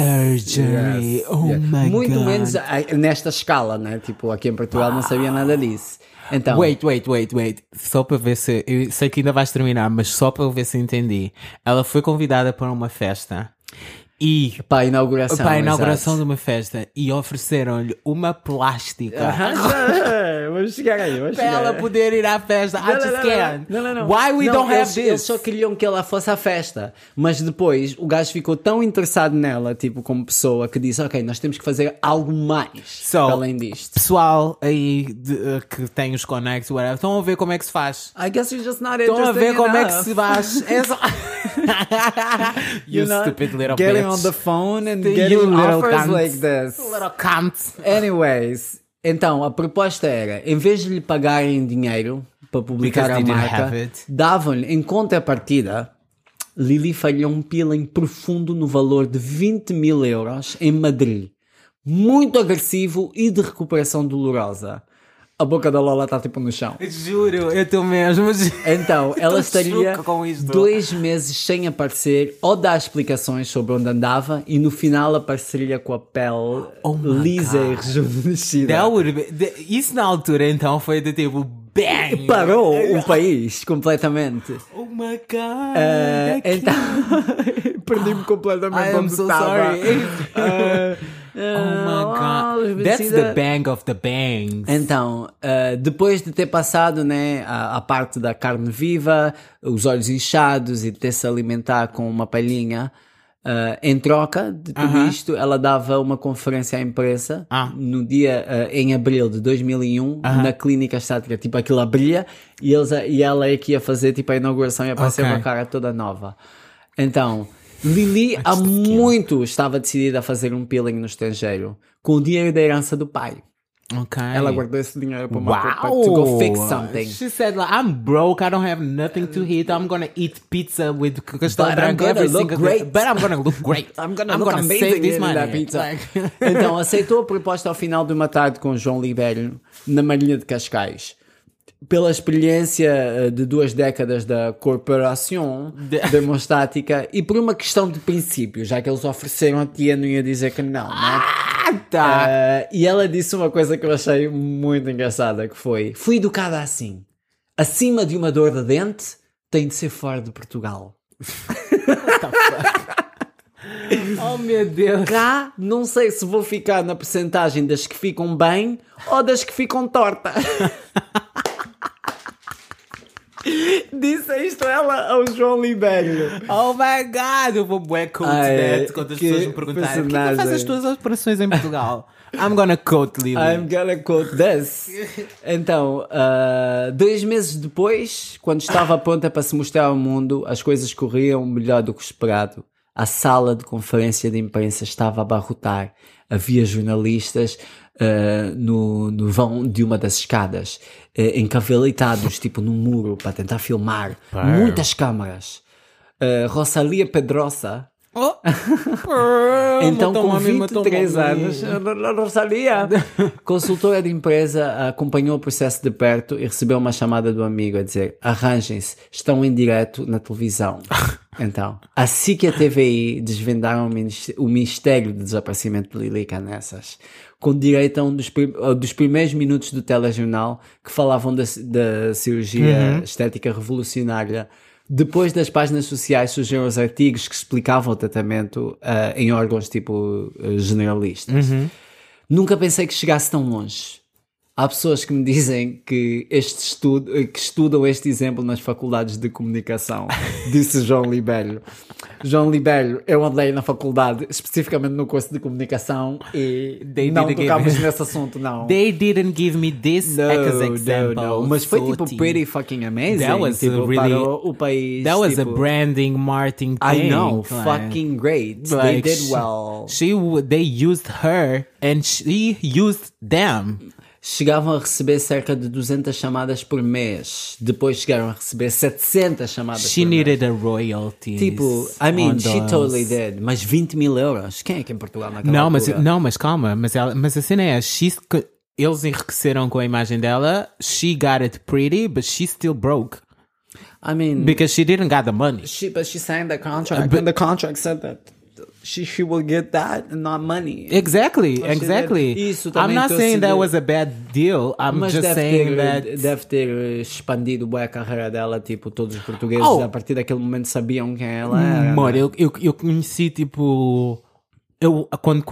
Speaker 2: surgery.
Speaker 1: Yes,
Speaker 2: oh
Speaker 1: yes.
Speaker 2: my
Speaker 1: Muito
Speaker 2: god.
Speaker 1: menos a- nesta escala, né? Tipo, aqui em Portugal não sabia nada disso. Então,
Speaker 2: Wait, wait, wait, wait. Só para ver se. Eu sei que ainda vais terminar, mas só para eu ver se entendi. Ela foi convidada para uma festa e.
Speaker 1: para a inauguração.
Speaker 2: Para a inauguração
Speaker 1: exato.
Speaker 2: de uma festa e ofereceram-lhe uma plástica.
Speaker 1: *laughs* É, vamos chegar aí, vamos
Speaker 2: Para ela poder ir à festa. I just can't.
Speaker 1: Não, não, não.
Speaker 2: Why we
Speaker 1: Não,
Speaker 2: don't have
Speaker 1: eles, Eles
Speaker 2: this?
Speaker 1: só queriam que ela fosse à festa. Mas depois o gajo ficou tão interessado nela, tipo, como pessoa, que disse: Ok, nós temos que fazer algo mais
Speaker 2: So-
Speaker 1: para além disto.
Speaker 2: Pessoal aí de- eh, que tem os connects, whatever, estão a ver como é que se faz.
Speaker 1: I guess you're just not
Speaker 2: Estão a ver
Speaker 1: interesting
Speaker 2: como é que
Speaker 1: enough. *laughs*
Speaker 2: se faz. É só- you
Speaker 1: You're not
Speaker 2: *laughs* stupid little
Speaker 1: getting
Speaker 2: bitch.
Speaker 1: on the phone and
Speaker 2: You
Speaker 1: getting
Speaker 2: little
Speaker 1: offers
Speaker 2: cunt.
Speaker 1: like this.
Speaker 2: Little cunt.
Speaker 1: Anyways, Então, a proposta era, em vez de lhe pagarem dinheiro para publicar
Speaker 2: Because
Speaker 1: a
Speaker 2: they didn't
Speaker 1: marca,
Speaker 2: have it.
Speaker 1: davam-lhe, em contrapartida, Lili falhou um peeling profundo no valor de 20 mil euros em Madrid. Muito agressivo e de recuperação dolorosa. A boca da Lola está tipo no chão.
Speaker 2: Juro, eu estou mesmo. *laughs*
Speaker 1: Então, ela estaria
Speaker 2: chuca com isto.
Speaker 1: dois meses sem aparecer ou dar explicações sobre onde andava e no final apareceria com a pele
Speaker 2: Oh my
Speaker 1: lisa e
Speaker 2: God.
Speaker 1: rejuvenescida.
Speaker 2: That would be- de- Isso na altura então foi do tipo BANG!
Speaker 1: Parou o país completamente.
Speaker 2: Oh my god!
Speaker 1: Eh,
Speaker 2: that kid.
Speaker 1: *laughs* então, perdi-me completamente
Speaker 2: I am
Speaker 1: onde
Speaker 2: so
Speaker 1: estava.
Speaker 2: *laughs* sorry!
Speaker 1: Eh,
Speaker 2: oh
Speaker 1: eh,
Speaker 2: my god! That's
Speaker 1: rejuvenescida.
Speaker 2: the bang of the bangs!
Speaker 1: Então, eh, depois de ter passado né, a, a parte da carne viva, os olhos inchados e de ter se alimentar com uma palhinha, eh, em troca de tudo
Speaker 2: Aham.
Speaker 1: isto, ela dava uma conferência à imprensa
Speaker 2: Ah.
Speaker 1: no dia eh, em abril de 2001 na clínica estática. Tipo, aquilo abria e, eles, a- e ela é que ia fazer tipo, a inauguração e apareceu
Speaker 2: Ok.
Speaker 1: uma cara toda nova. Então, Lili há muito estava decidida a fazer um peeling no estrangeiro com o dinheiro da herança do pai.
Speaker 2: ok.
Speaker 1: Ela guardou esse dinheiro para uma para-
Speaker 2: Wow!
Speaker 1: to go fix something.
Speaker 2: She said, like, I'm broke, I don't have nothing to eat, I'm gonna eat pizza with
Speaker 1: But
Speaker 2: castelo
Speaker 1: I'm
Speaker 2: branco
Speaker 1: gonna
Speaker 2: every
Speaker 1: look
Speaker 2: single day.
Speaker 1: great.
Speaker 2: But I'm
Speaker 1: *laughs*
Speaker 2: gonna look great.
Speaker 1: I'm gonna,
Speaker 2: I'm
Speaker 1: look
Speaker 2: gonna
Speaker 1: amazing
Speaker 2: save this
Speaker 1: in that
Speaker 2: money.
Speaker 1: pizza.
Speaker 2: Like-
Speaker 1: *laughs*
Speaker 2: *laughs*
Speaker 1: então, aceitou a proposta ao final de uma tarde com João Libério na Marinha de Cascais. Pela experiência eh, de duas décadas da corporação
Speaker 2: De-
Speaker 1: *laughs* demostática e por uma questão de princípio, já que eles ofereceram a tia, não ia dizer que não, né?
Speaker 2: tá.
Speaker 1: Ah, e ela disse uma coisa que eu achei muito engraçada, que foi... Fui educada assim. Acima de uma dor de dente, tem de ser fora de Portugal.
Speaker 2: *laughs* Oh meu Deus!
Speaker 1: Cá, não sei se vou ficar na percentagem das que ficam bem ou das que ficam torta. Disse isto ela ao João Libério.
Speaker 2: Oh my god, eu vou bué coach
Speaker 1: Ai,
Speaker 2: that quando as
Speaker 1: que
Speaker 2: pessoas me perguntarem por que tu fazes as
Speaker 1: personagem.
Speaker 2: tuas operações em Portugal? I'm gonna quote Lily.
Speaker 1: I'm gonna quote this. Então, ah, dois meses depois, quando estava pronta para se mostrar ao mundo, as coisas corriam melhor do que esperado. A sala de conferência de imprensa estava a abarrotar. Havia jornalistas ah, no, no vão de uma das escadas, eh, encavalitados, *laughs* tipo no muro, para tentar filmar. Muitas câmaras. Ah, Rosalia Pedrosa, *laughs*
Speaker 2: Oh. Ah,
Speaker 1: então,
Speaker 2: matou
Speaker 1: com
Speaker 2: uma menina, matou uma
Speaker 1: 23
Speaker 2: menina.
Speaker 1: anos, eu não- não não sabia. *laughs* Consultora de empresa acompanhou o processo de perto e recebeu uma chamada do amigo a dizer: arranjem-se, estão em direto na *laughs* televisão. Então, assim que a TVI desvendaram o ministe- o mistério do desaparecimento de Lili Canessas, com direito a um dos, prim- a dos primeiros minutos do telejornal que falavam da, ci- da cirurgia estética revolucionária depois das páginas sociais surgiram os artigos que explicavam o tratamento ah, em órgãos tipo ah, generalistas.
Speaker 2: Uhum.
Speaker 1: Nunca pensei que chegasse tão longe. Há pessoas que me dizem que, este estudo, que estudam este exemplo nas faculdades de
Speaker 2: *laughs*
Speaker 1: comunicação, disse João Libério. João Libério, eu andei na faculdade, especificamente no curso de comunicação, e
Speaker 2: They
Speaker 1: não
Speaker 2: didn't
Speaker 1: tocámos
Speaker 2: give-
Speaker 1: nesse assunto, não.
Speaker 2: They didn't give me this
Speaker 1: No,
Speaker 2: as
Speaker 1: no,
Speaker 2: example.
Speaker 1: no. Mas foi
Speaker 2: so
Speaker 1: tipo
Speaker 2: tea.
Speaker 1: pretty fucking amazing.
Speaker 2: That was
Speaker 1: tipo,
Speaker 2: really-
Speaker 1: para o, o país.
Speaker 2: That was a
Speaker 1: tipo-
Speaker 2: branding marketing
Speaker 1: I
Speaker 2: thing.
Speaker 1: know,
Speaker 2: like-
Speaker 1: fucking great. they
Speaker 2: like,
Speaker 1: did
Speaker 2: she-
Speaker 1: well.
Speaker 2: She, w- they used her and she used them.
Speaker 1: Chegavam a receber cerca de 200 chamadas por mês. Depois chegaram a receber 700 chamadas
Speaker 2: She
Speaker 1: por mês.
Speaker 2: needed a royalty.
Speaker 1: Tipo, I mean, she totally did. Mas 20 mil euros. Quem é que em Portugal naquela
Speaker 2: Não, mas,
Speaker 1: altura?
Speaker 2: não, mas calma, mas, ela, mas a cena é, she's, c- eles enriqueceram com a imagem dela, she got it pretty, but she's still broke.
Speaker 1: Mm. I mean,
Speaker 2: Because she didn't got the money.
Speaker 1: she, but she signed the contract. and the contract said that she, she will get that and not money.
Speaker 2: Exactly,
Speaker 1: Mas she
Speaker 2: exactly.
Speaker 1: did. Isso
Speaker 2: I'm
Speaker 1: também
Speaker 2: not
Speaker 1: trouxe
Speaker 2: saying
Speaker 1: de-
Speaker 2: that was a bad deal. I'm
Speaker 1: Mas
Speaker 2: just
Speaker 1: deve
Speaker 2: saying
Speaker 1: ter,
Speaker 2: that
Speaker 1: deve ter expandido bem a carreira dela, tipo, todos os portugueses
Speaker 2: Oh.
Speaker 1: a partir daquele momento sabiam quem ela era.
Speaker 2: Amor, eu, eu, eu conheci tipo. Eu, quando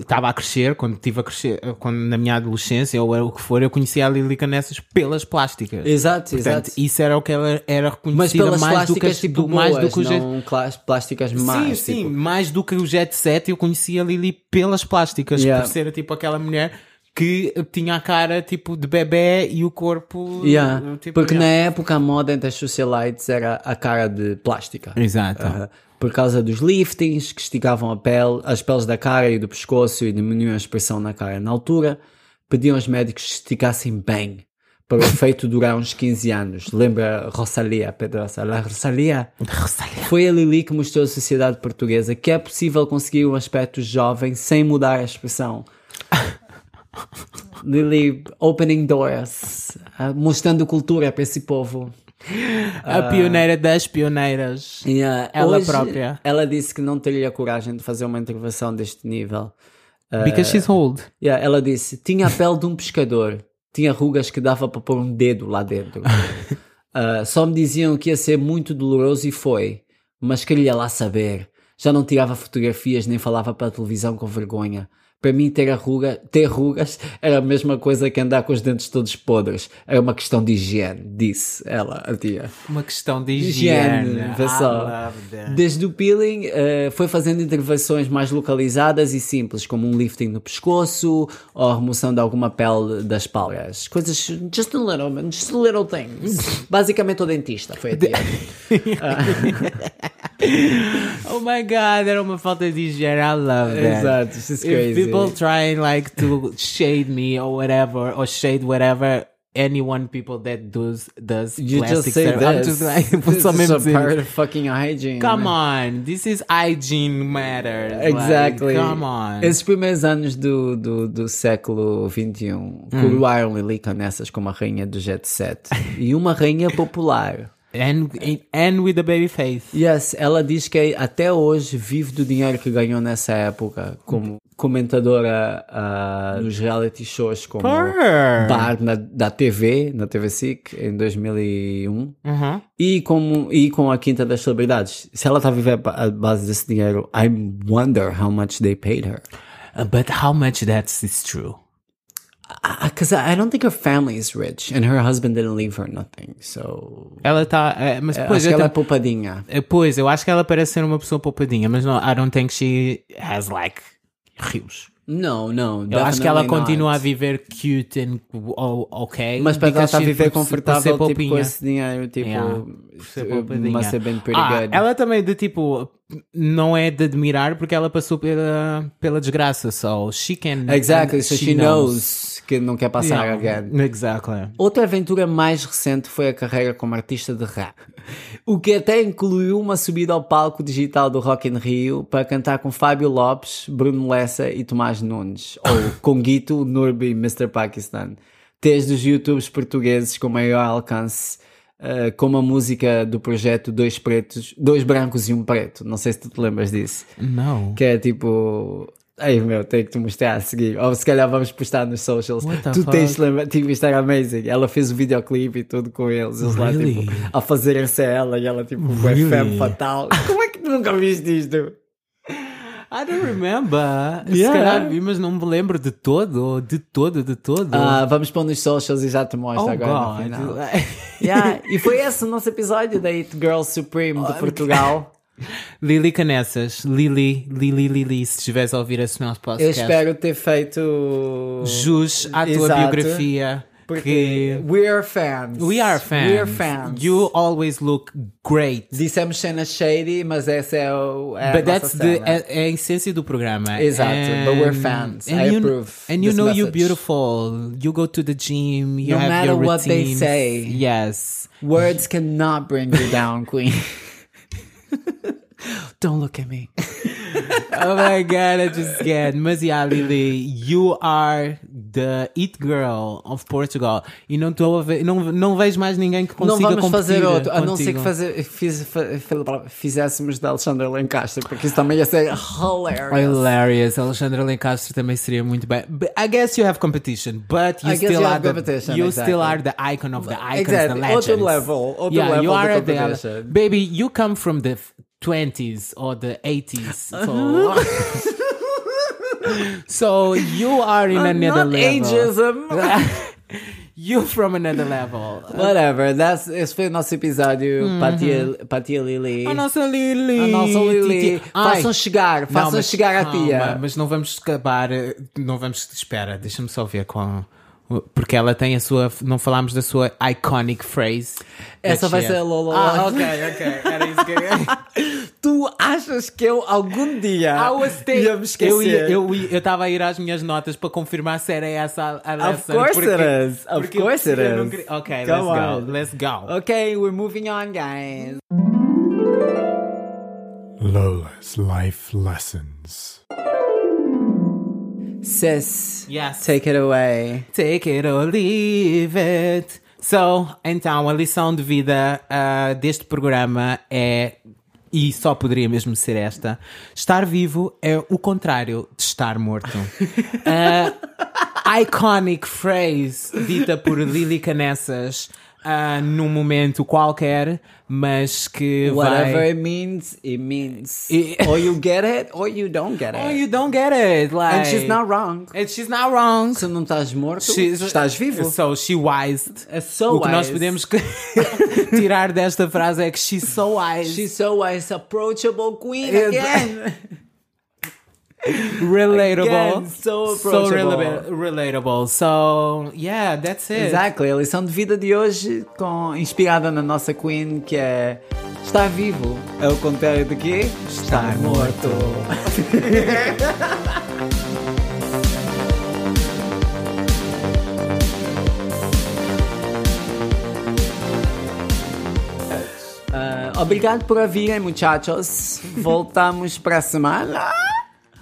Speaker 2: estava a crescer, quando estive a crescer, quando, na minha adolescência, ou era o que for, eu conhecia a Lili Canessas pelas plásticas.
Speaker 1: Exato,
Speaker 2: Portanto,
Speaker 1: exato.
Speaker 2: isso era o que ela era
Speaker 1: Mas
Speaker 2: reconhecida
Speaker 1: pelas
Speaker 2: mais do que,
Speaker 1: plásticas,
Speaker 2: as-
Speaker 1: tipo,
Speaker 2: do, mais do que o
Speaker 1: boas,
Speaker 2: jet.
Speaker 1: não clas- plásticas
Speaker 2: Sim,
Speaker 1: más.
Speaker 2: sim,
Speaker 1: tipo.
Speaker 2: mais do que o jet set, eu conhecia a Lili pelas plásticas,
Speaker 1: Yeah.
Speaker 2: por ser tipo aquela mulher que tinha a cara tipo de bebê e o corpo.
Speaker 1: Yeah,
Speaker 2: tipo,
Speaker 1: Porque
Speaker 2: yeah.
Speaker 1: na época a moda entre as socialites era a cara de plástica.
Speaker 2: Exato. *laughs*
Speaker 1: Ah, por causa dos liftings que esticavam a pele, as peles da cara e do pescoço e diminuíam a expressão na cara na altura. pediam aos médicos que esticassem bem para o *laughs* efeito durar uns 15 anos. Lembra Rosalia Pedrosa? La Rosalia? Foi a Lili que mostrou à sociedade portuguesa que é possível conseguir um aspecto jovem sem mudar a
Speaker 2: *laughs*
Speaker 1: expressão. Lili, opening doors, ah, mostrando cultura para esse povo.
Speaker 2: A pioneira das pioneiras.
Speaker 1: E, ah,
Speaker 2: Ela
Speaker 1: hoje
Speaker 2: própria.
Speaker 1: Ela disse que não teria coragem de fazer uma intervenção deste nível. Ah.
Speaker 2: Because she's old.
Speaker 1: Yeah, ela disse: tinha a pele de um pescador, tinha rugas que dava para pôr um dedo lá dentro. Ah, só me diziam que ia ser muito doloroso e foi, mas queria lá saber. Já não tirava fotografias nem falava para a televisão com vergonha. Para mim, ter, a ruga, ter rugas *laughs* era a mesma coisa que andar com os dentes todos podres. Era uma questão de higiene, disse ela, a tia.
Speaker 2: Uma questão de
Speaker 1: Higiene,
Speaker 2: higiene.
Speaker 1: pessoal.
Speaker 2: I love that.
Speaker 1: Desde o peeling, eh, foi fazendo intervenções mais localizadas e simples, como um lifting no pescoço ou a remoção de alguma pele das palmas. Coisas, just a little, man, just a little
Speaker 2: *laughs*
Speaker 1: things. Basicamente o dentista, foi a tia.
Speaker 2: Oh my god, era uma falta de higiene. I love that.
Speaker 1: Exato, this is
Speaker 2: If
Speaker 1: crazy.
Speaker 2: people trying like to shade me or whatever or shade whatever anyone people that does does
Speaker 1: You
Speaker 2: plastic
Speaker 1: just say
Speaker 2: surgery,
Speaker 1: this.
Speaker 2: I'm just like *laughs* put
Speaker 1: this
Speaker 2: some
Speaker 1: is a
Speaker 2: empty-
Speaker 1: part of fucking hygiene.
Speaker 2: Come on, this is hygiene matters. like,
Speaker 1: Exactly.
Speaker 2: come on.
Speaker 1: Esses primeiros anos do, do, do século um, XXI
Speaker 2: Hum.
Speaker 1: coroaram Lili Canessas como a rainha do jet set.
Speaker 2: *laughs*
Speaker 1: e uma rainha popular.
Speaker 2: and and with the baby face.
Speaker 1: Yes, ela diz que até hoje vive do dinheiro que ganhou nessa época como comentadora ah, nos reality shows como
Speaker 2: Purr.
Speaker 1: Bar na, da TV, na TV SIC, em 2001
Speaker 2: Uhum.
Speaker 1: e, como, e com a Quinta das Celebridades. Se ela está a viver ba- à base desse dinheiro, I wonder how much they paid her.
Speaker 2: Uh, but how much that's is true?
Speaker 1: Because Ah, I don't think her family is rich and her husband didn't leave her nothing, so...
Speaker 2: Ela tá, é, mas pois
Speaker 1: Acho
Speaker 2: eu
Speaker 1: que ela é
Speaker 2: tam-
Speaker 1: poupadinha.
Speaker 2: Eh, Pois, eu acho que ela parece ser uma pessoa poupadinha, mas não, I don't think she has like rios.
Speaker 1: Não, não.
Speaker 2: Eu acho que ela continua
Speaker 1: a
Speaker 2: a viver cute and oh, ok.
Speaker 1: Mas para ela
Speaker 2: because
Speaker 1: estar a
Speaker 2: she-
Speaker 1: viver
Speaker 2: por- por ser
Speaker 1: confortável tipo,
Speaker 2: poupinha.
Speaker 1: com esse dinheiro, tipo,
Speaker 2: Yeah. ser poupadinha.
Speaker 1: must have been pretty
Speaker 2: Ah,
Speaker 1: good.
Speaker 2: ela também de tipo não é de admirar porque ela passou pela, pela desgraça, so she can
Speaker 1: Exactly, so she, knows. que não quer passar
Speaker 2: Yeah,
Speaker 1: again.
Speaker 2: Exactly.
Speaker 1: Outra aventura mais recente foi a carreira como artista de rap, o que até incluiu uma subida ao palco digital do Rock in Rio para cantar com Fábio Lopes, Bruno Lessa e Tomás Nunes, ou com Guito, Nurbi e Mr. Pakistan, desde os YouTubes portugueses com maior alcance, eh, como a música do projeto Dois Pretos, Dois Brancos e Um Preto, não sei se tu te lembras disso.
Speaker 2: Não.
Speaker 1: Que é tipo. Ai meu, tenho que te mostrar a seguir. Ou se calhar vamos postar nos socials.
Speaker 2: What the
Speaker 1: Tu tens
Speaker 2: fuck?
Speaker 1: de lembrar. Tipo, isto era amazing. Ela fez o videoclipe e tudo com eles. Eles
Speaker 2: Really?
Speaker 1: lá, tipo, a fazerem-se a ela e ela, tipo,
Speaker 2: Really?
Speaker 1: really? femme
Speaker 2: *laughs*
Speaker 1: fatal. Como é que tu nunca viste isto?
Speaker 2: I don't remember. Se
Speaker 1: Yeah.
Speaker 2: calhar vi, mas não me lembro de todo, de todo, de todo.
Speaker 1: Ah, vamos pôr nos socials e já te mostro
Speaker 2: oh
Speaker 1: agora. no
Speaker 2: God.
Speaker 1: final. Yeah, E foi esse o nosso episódio da It Girl Supreme de Portugal.
Speaker 2: *laughs* Lili Canessas, Lili, Lili, Lili, se estivesse a ouvir esse nosso
Speaker 1: *laughs* Eu
Speaker 2: podcast,
Speaker 1: espero ter feito.
Speaker 2: jus à tua
Speaker 1: Exato.
Speaker 2: biografia.
Speaker 1: Porque.
Speaker 2: Que
Speaker 1: We are fans.
Speaker 2: we are fans.
Speaker 1: We are fans.
Speaker 2: You always look great.
Speaker 1: Dissemos cenas shady, mas essa é, o, é a
Speaker 2: But
Speaker 1: nossa
Speaker 2: that's
Speaker 1: cena.
Speaker 2: the, é, é a essência do programa.
Speaker 1: Exato, but we're fans. I
Speaker 2: you,
Speaker 1: approve
Speaker 2: And you
Speaker 1: this
Speaker 2: know you're
Speaker 1: message.
Speaker 2: beautiful. You go to the gym. You
Speaker 1: No
Speaker 2: have
Speaker 1: matter
Speaker 2: your
Speaker 1: what they
Speaker 2: routines.
Speaker 1: say.
Speaker 2: Yes.
Speaker 1: Words cannot bring you *laughs* down, queen. Don't look at me.
Speaker 2: *laughs* oh my god, I just get Mas yeah, Lily, you are the it girl of Portugal. E não estou a ver, não, não vejo mais ninguém que consiga
Speaker 1: Não vamos
Speaker 2: competir
Speaker 1: fazer outro, a não
Speaker 2: contigo.
Speaker 1: ser que fazer, fiz- fa- fa- fizéssemos da Alexandra Lancaster, porque isso também ia ser hilarious.
Speaker 2: Hilarious. Alexandra Lencastre também seria muito bem. But I guess you have competition, but
Speaker 1: I
Speaker 2: you
Speaker 1: guess
Speaker 2: still
Speaker 1: you
Speaker 2: are
Speaker 1: have
Speaker 2: the,
Speaker 1: competition,
Speaker 2: you
Speaker 1: exactly.
Speaker 2: still are the icon of the icons,
Speaker 1: Exactly.
Speaker 2: the
Speaker 1: Other
Speaker 2: legends.
Speaker 1: level, other
Speaker 2: yeah, you
Speaker 1: level of
Speaker 2: are at the
Speaker 1: competition.
Speaker 2: baby. You come from the twenties or the
Speaker 1: *laughs*
Speaker 2: eighties, so. So you are in another
Speaker 1: Not
Speaker 2: level.
Speaker 1: ageism.
Speaker 2: *laughs* you from another level.
Speaker 1: *laughs* Whatever, that's, esse foi o nosso episódio para a tia- para a tia Lili.
Speaker 2: A nossa Lili.
Speaker 1: A nossa Oh, Lili.
Speaker 2: Titi. Ai.
Speaker 1: Façam chegar,
Speaker 2: Não,
Speaker 1: façam
Speaker 2: mas
Speaker 1: chegar à
Speaker 2: calma,
Speaker 1: tia.
Speaker 2: Mas não vamos acabar. eh, Não vamos. Espera, deixa-me só ver com. Porque ela tem a sua. Não falámos da sua iconic phrase.
Speaker 1: Essa
Speaker 2: that
Speaker 1: vai
Speaker 2: she
Speaker 1: ser
Speaker 2: has.
Speaker 1: a Lolo. *laughs*
Speaker 2: Ah, ok, ok. Era isso que eu.
Speaker 1: tu achas que eu algum dia
Speaker 2: I was thinking-
Speaker 1: ia me esquecer?
Speaker 2: Eu ia- eu ia- eu estava a ir às minhas notas para confirmar se era essa a, a
Speaker 1: Of
Speaker 2: lesson.
Speaker 1: course
Speaker 2: porque-
Speaker 1: it is. Of
Speaker 2: porque eu-
Speaker 1: course it
Speaker 2: eu não
Speaker 1: is.
Speaker 2: queria- Ok,
Speaker 1: Come
Speaker 2: let's
Speaker 1: on.
Speaker 2: go. Let's go.
Speaker 1: Ok, we're moving on, guys.
Speaker 3: Lola's Life Lessons.
Speaker 1: Sis,
Speaker 2: Yes.
Speaker 1: take it away.
Speaker 2: Take it or leave it. So, então, a lição de vida ah, deste programa é, e só poderia mesmo ser esta: estar vivo é o contrário de estar morto. Ah, *laughs* iconic phrase dita por Lili Canessas ah, num momento qualquer, mas que vai.
Speaker 1: Whatever it means, it means.
Speaker 2: E-
Speaker 1: *laughs* or you get it, or you don't get
Speaker 2: Oh,
Speaker 1: it.
Speaker 2: you don't get it. Like,
Speaker 1: And she's not wrong.
Speaker 2: And she's not wrong.
Speaker 1: Se não estás morto,
Speaker 2: She's-
Speaker 1: estás vivo.
Speaker 2: So she wised.
Speaker 1: É so
Speaker 2: o que nós
Speaker 1: wise.
Speaker 2: podemos que- *laughs* tirar desta frase é que she's so wise,
Speaker 1: She's so wise, approachable queen
Speaker 2: Yes.
Speaker 1: *laughs* again.
Speaker 2: relatable,
Speaker 1: Again, so
Speaker 2: rela-
Speaker 1: approachable. relatable.
Speaker 2: relatable. So yeah, that's it.
Speaker 1: Exactly, é a lição de vida de hoje com, inspirada na nossa queen que é estar vivo é o contrário de quê?
Speaker 2: Estar
Speaker 1: morto. *laughs* Ah, obrigado por ouvirem, muchachos. Voltamos para a semana.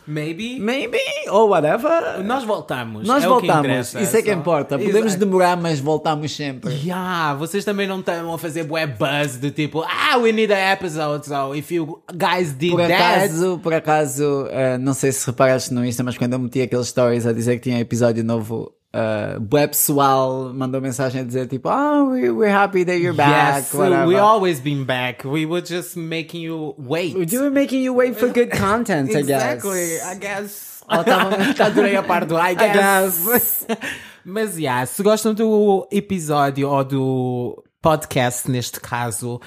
Speaker 2: Maybe.
Speaker 1: Maybe, or whatever.
Speaker 2: Nós voltamos.
Speaker 1: Nós
Speaker 2: é o que
Speaker 1: voltamos.
Speaker 2: interessa,
Speaker 1: Isso é que
Speaker 2: só.
Speaker 1: importa. Podemos
Speaker 2: Exato.
Speaker 1: demorar, mas voltamos sempre.
Speaker 2: Yeah, vocês também não estão a fazer web buzz do tipo Ah, we need an episode, so if you guys did
Speaker 1: Por
Speaker 2: that
Speaker 1: acaso, por acaso, eh, não sei se reparaste no Insta, mas quando eu meti aqueles stories a dizer que tinha episódio novo, eh, bué pessoal mandou mensagem a dizer tipo, ah, we, we're happy that you're
Speaker 2: Yes,
Speaker 1: back, whatever.
Speaker 2: we always been back. We were just making you wait.
Speaker 1: We're making you wait for good content, *laughs* I guess.
Speaker 2: Exactly, I guess.
Speaker 1: Ela tava- tá
Speaker 2: Adorei a parte
Speaker 1: *laughs*
Speaker 2: do I guess. *laughs* Mas, yeah, se gostam do episódio ou do podcast, neste caso,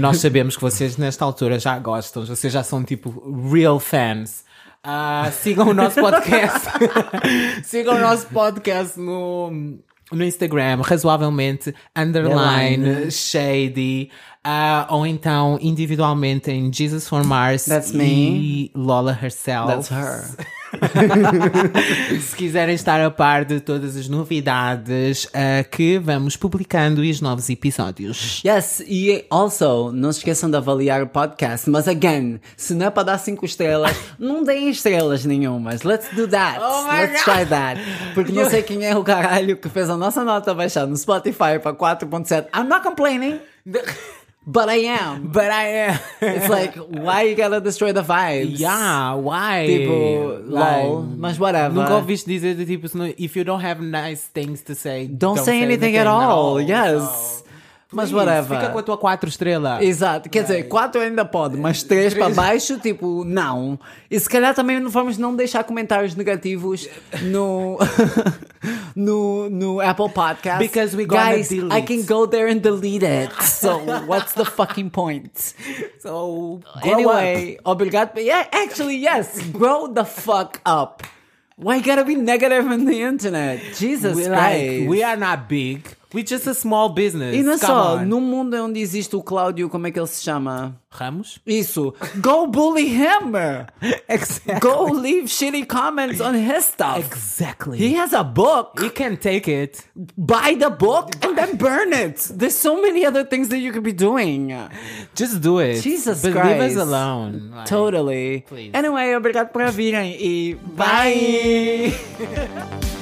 Speaker 1: *laughs*
Speaker 2: nós sabemos que vocês, nesta altura, já gostam, vocês já são, tipo, real fans. ah, sigam o
Speaker 1: *laughs*
Speaker 2: nosso podcast. sigam o nosso podcast no, no Instagram, razoavelmente, underline, shady, ah, ou então individualmente em Jesus for Mars
Speaker 1: That's
Speaker 2: e
Speaker 1: me.
Speaker 2: Lola herself.
Speaker 1: That's her.
Speaker 2: Se quiserem estar a par de todas as novidades ah, que vamos publicando e os novos episódios.
Speaker 1: Yes, e also, não se esqueçam de avaliar o podcast, mas again, se não é para dar 5
Speaker 2: *laughs*
Speaker 1: estrelas, não deem estrelas nenhumas. Let's do that.
Speaker 2: Oh my
Speaker 1: Let's
Speaker 2: God.
Speaker 1: try that. Porque não sei quem é o caralho que fez a nossa nota baixar no Spotify para 4.7. I'm not
Speaker 2: *laughs*
Speaker 1: complaining, but I am.
Speaker 2: But I eh, am.
Speaker 1: It's like, why you gotta destroy the vibes?
Speaker 2: *laughs* yeah, why?
Speaker 1: Tipo,
Speaker 2: Like,
Speaker 1: lol, mas whatever.
Speaker 2: Nunca ouviste dizer de tipo, se não- if you don't have nice things to say,
Speaker 1: Don't, say, anything, at all. Yes.
Speaker 2: So,
Speaker 1: mas
Speaker 2: please,
Speaker 1: whatever.
Speaker 2: Fica com a tua 4 estrela.
Speaker 1: Exato, quer dizer, quatro ainda pode,
Speaker 2: *laughs*
Speaker 1: mas três para baixo, tipo, não. E se calhar também não vamos não deixar comentários negativos no *laughs* no, no Apple Podcast.
Speaker 2: Because we gonna
Speaker 1: Guys,
Speaker 2: delete.
Speaker 1: I can go there and delete it. So, what's the fucking point?
Speaker 2: So, grow up.
Speaker 1: anyway, obrigado. Yeah, actually, yes. Grow the fuck up. Why you gotta be negative on the internet? Jesus
Speaker 2: We,
Speaker 1: Christ.
Speaker 2: like, we are not big. We're just a small business.
Speaker 1: E não é
Speaker 2: Come
Speaker 1: só,
Speaker 2: on.
Speaker 1: num mundo onde existe o Cláudio, como é que ele se chama?
Speaker 2: Ramos?
Speaker 1: Isso. Go bully him.
Speaker 2: *laughs* Exactly.
Speaker 1: Go leave shitty comments on his stuff.
Speaker 2: Exactly.
Speaker 1: He has a book.
Speaker 2: You can take it.
Speaker 1: Buy the book and then burn it. There's so many other things that you could be doing.
Speaker 2: Just do it.
Speaker 1: Jesus
Speaker 2: but
Speaker 1: Christ.
Speaker 2: leave us alone. Like,
Speaker 1: Totally.
Speaker 2: Please.
Speaker 1: Anyway, obrigado por virem e bye.
Speaker 2: Bye.